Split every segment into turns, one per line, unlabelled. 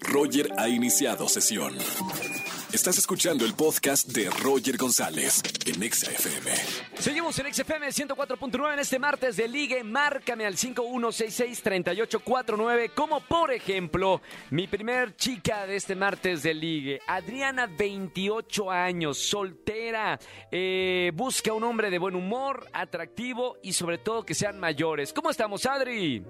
Roger ha iniciado sesión. Estás escuchando el podcast de Roger González en Exa FM.
Seguimos en XFM 104.9 en este martes de Ligue. Márcame al 5166-3849. Como por ejemplo, mi primer chica de este martes de Ligue, Adriana, 28 años, soltera. eh, busca un hombre de buen humor, atractivo y sobre todo que sean mayores. ¿Cómo estamos, Adri?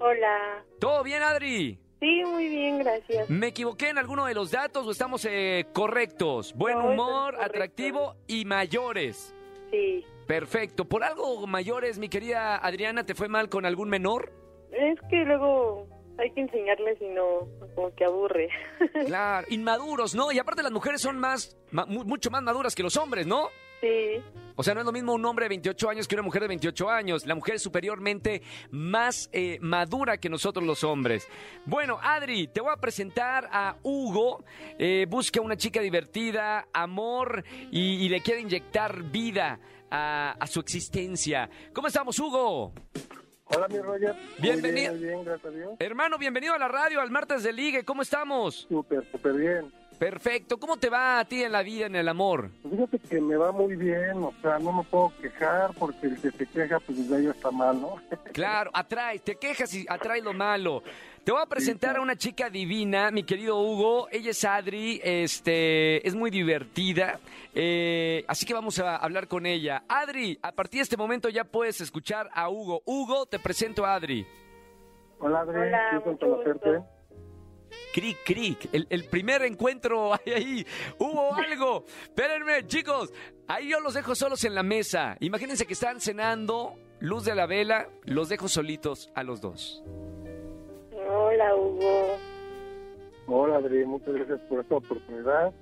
Hola.
¿Todo bien, Adri?
Sí, muy bien, gracias.
¿Me equivoqué en alguno de los datos o estamos eh, correctos? Buen
No, estás
humor,
correcto.
atractivo y mayores.
Sí.
Perfecto. ¿Por algo mayores, mi querida Adriana, te fue mal con algún menor?
Es que luego hay que enseñarles y no, como que aburre.
Claro, inmaduros, ¿no? Y aparte las mujeres son más, ma- mu- mucho más maduras que los hombres, ¿no?
sí,
O sea, no es lo mismo un hombre de 28 años que una mujer de 28 años. La mujer es superiormente más eh, madura que nosotros los hombres. Bueno, Adri, te voy a presentar a Hugo. Eh, busca una chica divertida, amor y, y le quiere inyectar vida a, a su existencia. ¿Cómo estamos, Hugo?
Hola, mi Roger.
Bienvenido.
Muy bien, muy bien, gracias a Dios.
Hermano, bienvenido a la radio, al martes de ligue. ¿Cómo estamos?
Súper, súper bien.
Perfecto. ¿Cómo te va a ti en la vida, en el amor?
Pues Fíjate que me va muy bien, o sea, no me puedo quejar porque el que se queja, pues ya está mal, ¿no?
Claro, atraes, te quejas y atraes lo malo. Te voy a presentar a una chica divina, mi querido Hugo. Ella es Adri, este, es muy divertida. eh, así que vamos a hablar con ella. Adri, a partir de este momento ya puedes escuchar a Hugo. Hugo, te presento a Adri.
Hola, Adri,
Hola,
gusto
mucho
en
gusto.
conocerte.
Cric, cric. El, el primer encuentro ahí, ahí. Hubo algo. Espérenme, chicos. Ahí yo los dejo solos en la mesa. Imagínense que están cenando, luz de la vela. Los dejo solitos a los dos.
hola Hugo.
Hola, Adri, muchas gracias por esta oportunidad.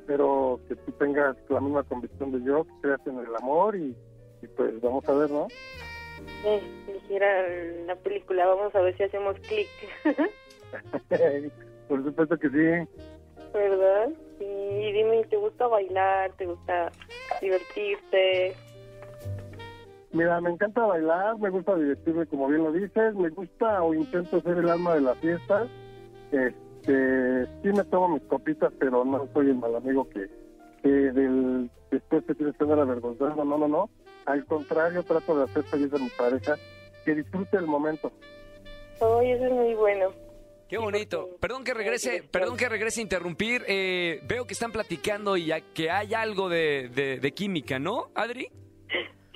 Espero que tú tengas la misma convicción de yo, que creas en el amor y, y pues vamos a ver, ¿no?
Eh, dijera la película, vamos a ver si hacemos clic,
por supuesto que sí.
¿verdad? Sí, Y dime, ¿te gusta bailar? ¿Te gusta divertirte?
Mira, me encanta bailar, me gusta divertirme, como bien lo dices, me gusta o intento ser el alma de la fiesta. Este, sí me tomo mis copitas, pero no soy el mal amigo que, que del, después te tienes que andar avergonzado, no, no, no. Al contrario, trato de hacer feliz a mi pareja, que disfrute el momento.
Hoy eso es muy bueno.
Qué bonito. Perdón que regrese, perdón que regrese a interrumpir. Eh, veo que están platicando y ya que hay algo de, de- de química, ¿no, Adri?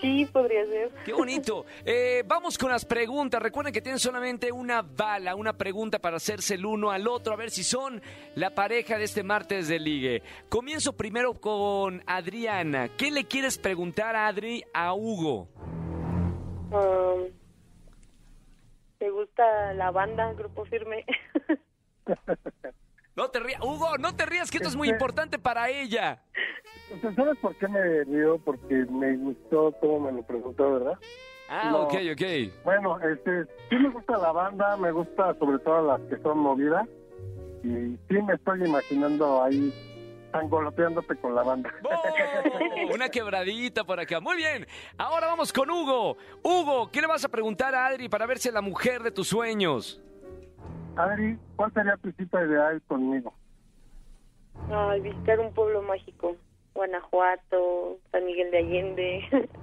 Sí, podría ser.
Qué bonito. Eh, vamos con las preguntas. Recuerden que tienen solamente una bala, una pregunta para hacerse el uno al otro, a ver si son la pareja de este martes de ligue. Comienzo primero con Adriana. ¿Qué le quieres preguntar, Adri, a Hugo?
Um, ¿Te gusta la banda, Grupo Firme?
No te rías, Hugo, no te rías, que esto es muy
Este-
importante para ella.
O sea, ¿Sabes por qué me río? Porque me gustó cómo me lo preguntó, ¿verdad?
Ah,
No.
ok, ok.
Bueno, este, sí me gusta la banda, me gusta sobre todo las que son movidas. Y sí me estoy imaginando ahí sangoloteándote con la banda.
¡Oh! Una quebradita por acá. Muy bien. Ahora vamos con Hugo. Hugo, ¿qué le vas a preguntar a Adri para verse la mujer de tus sueños?
Adri, ¿cuál sería tu cita ideal conmigo?
Ay, visitar un pueblo mágico. Guanajuato, San Miguel de Allende.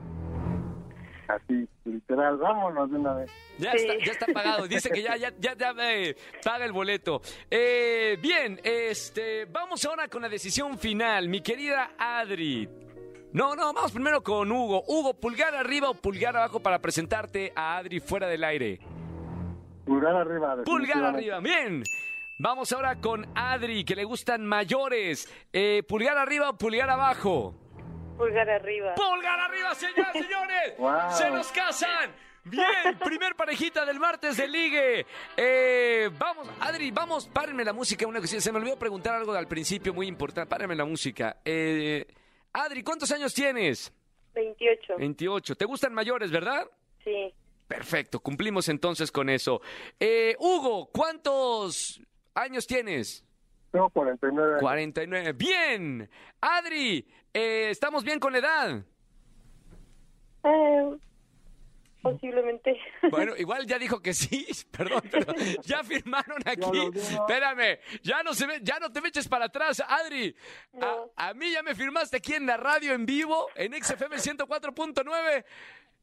Así, literal, vámonos de una vez.
Ya,
Sí.
está, ya está pagado. Dice que ya, ya, ya, ya, eh, paga el boleto. Eh, bien, este, vamos ahora con la decisión final, mi querida Adri. No, no, vamos primero con Hugo. Hugo, pulgar arriba o pulgar abajo para presentarte a Adri fuera del aire.
Pulgar arriba.
Pulgar
definitivamente.
arriba, bien. Vamos ahora con Adri, que le gustan mayores. Eh, pulgar arriba o pulgar abajo.
Pulgar arriba.
¡Pulgar arriba, señoras y señores!
Wow.
¡Se nos casan! Bien, primer parejita del martes de ligue. Eh, vamos, Adri, vamos, párenme la música. Una cosita, se me olvidó preguntar algo al principio muy importante. Párenme la música. Eh, Adri, ¿cuántos años tienes?
28.
28. ¿Te gustan mayores, verdad?
Sí.
Perfecto, cumplimos entonces con eso. Eh, Hugo, ¿cuántos años tienes?
Tengo 49 años.
49. Bien. Adri, eh, ¿estamos bien con la edad?
Eh, Posiblemente.
Bueno, igual ya dijo que sí, perdón, pero ya firmaron aquí.
lo digo.
Espérame, ya no se ve, ya no te me eches para atrás, Adri.
No.
A, a mí ya me firmaste aquí en la radio en vivo, en XFM 104.9.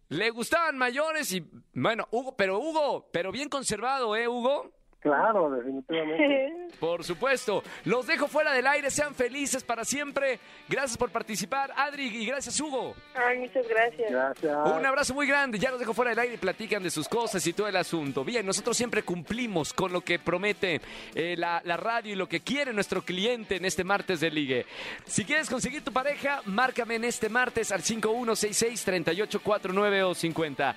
Le gustaban mayores y bueno, Hugo, pero Hugo, pero bien conservado, ¿eh, Hugo?
Claro, definitivamente.
Por supuesto. Los dejo fuera del aire, sean felices para siempre. Gracias por participar, Adri, y gracias, Hugo.
Ay, Ah, muchas gracias.
Gracias.
Un abrazo muy grande. Ya los dejo fuera del aire y platican de sus cosas y todo el asunto. Bien, nosotros siempre cumplimos con lo que promete eh, la, la radio y lo que quiere nuestro cliente en este martes de ligue. Si quieres conseguir tu pareja, márcame en este martes al 5166-3849 o 50.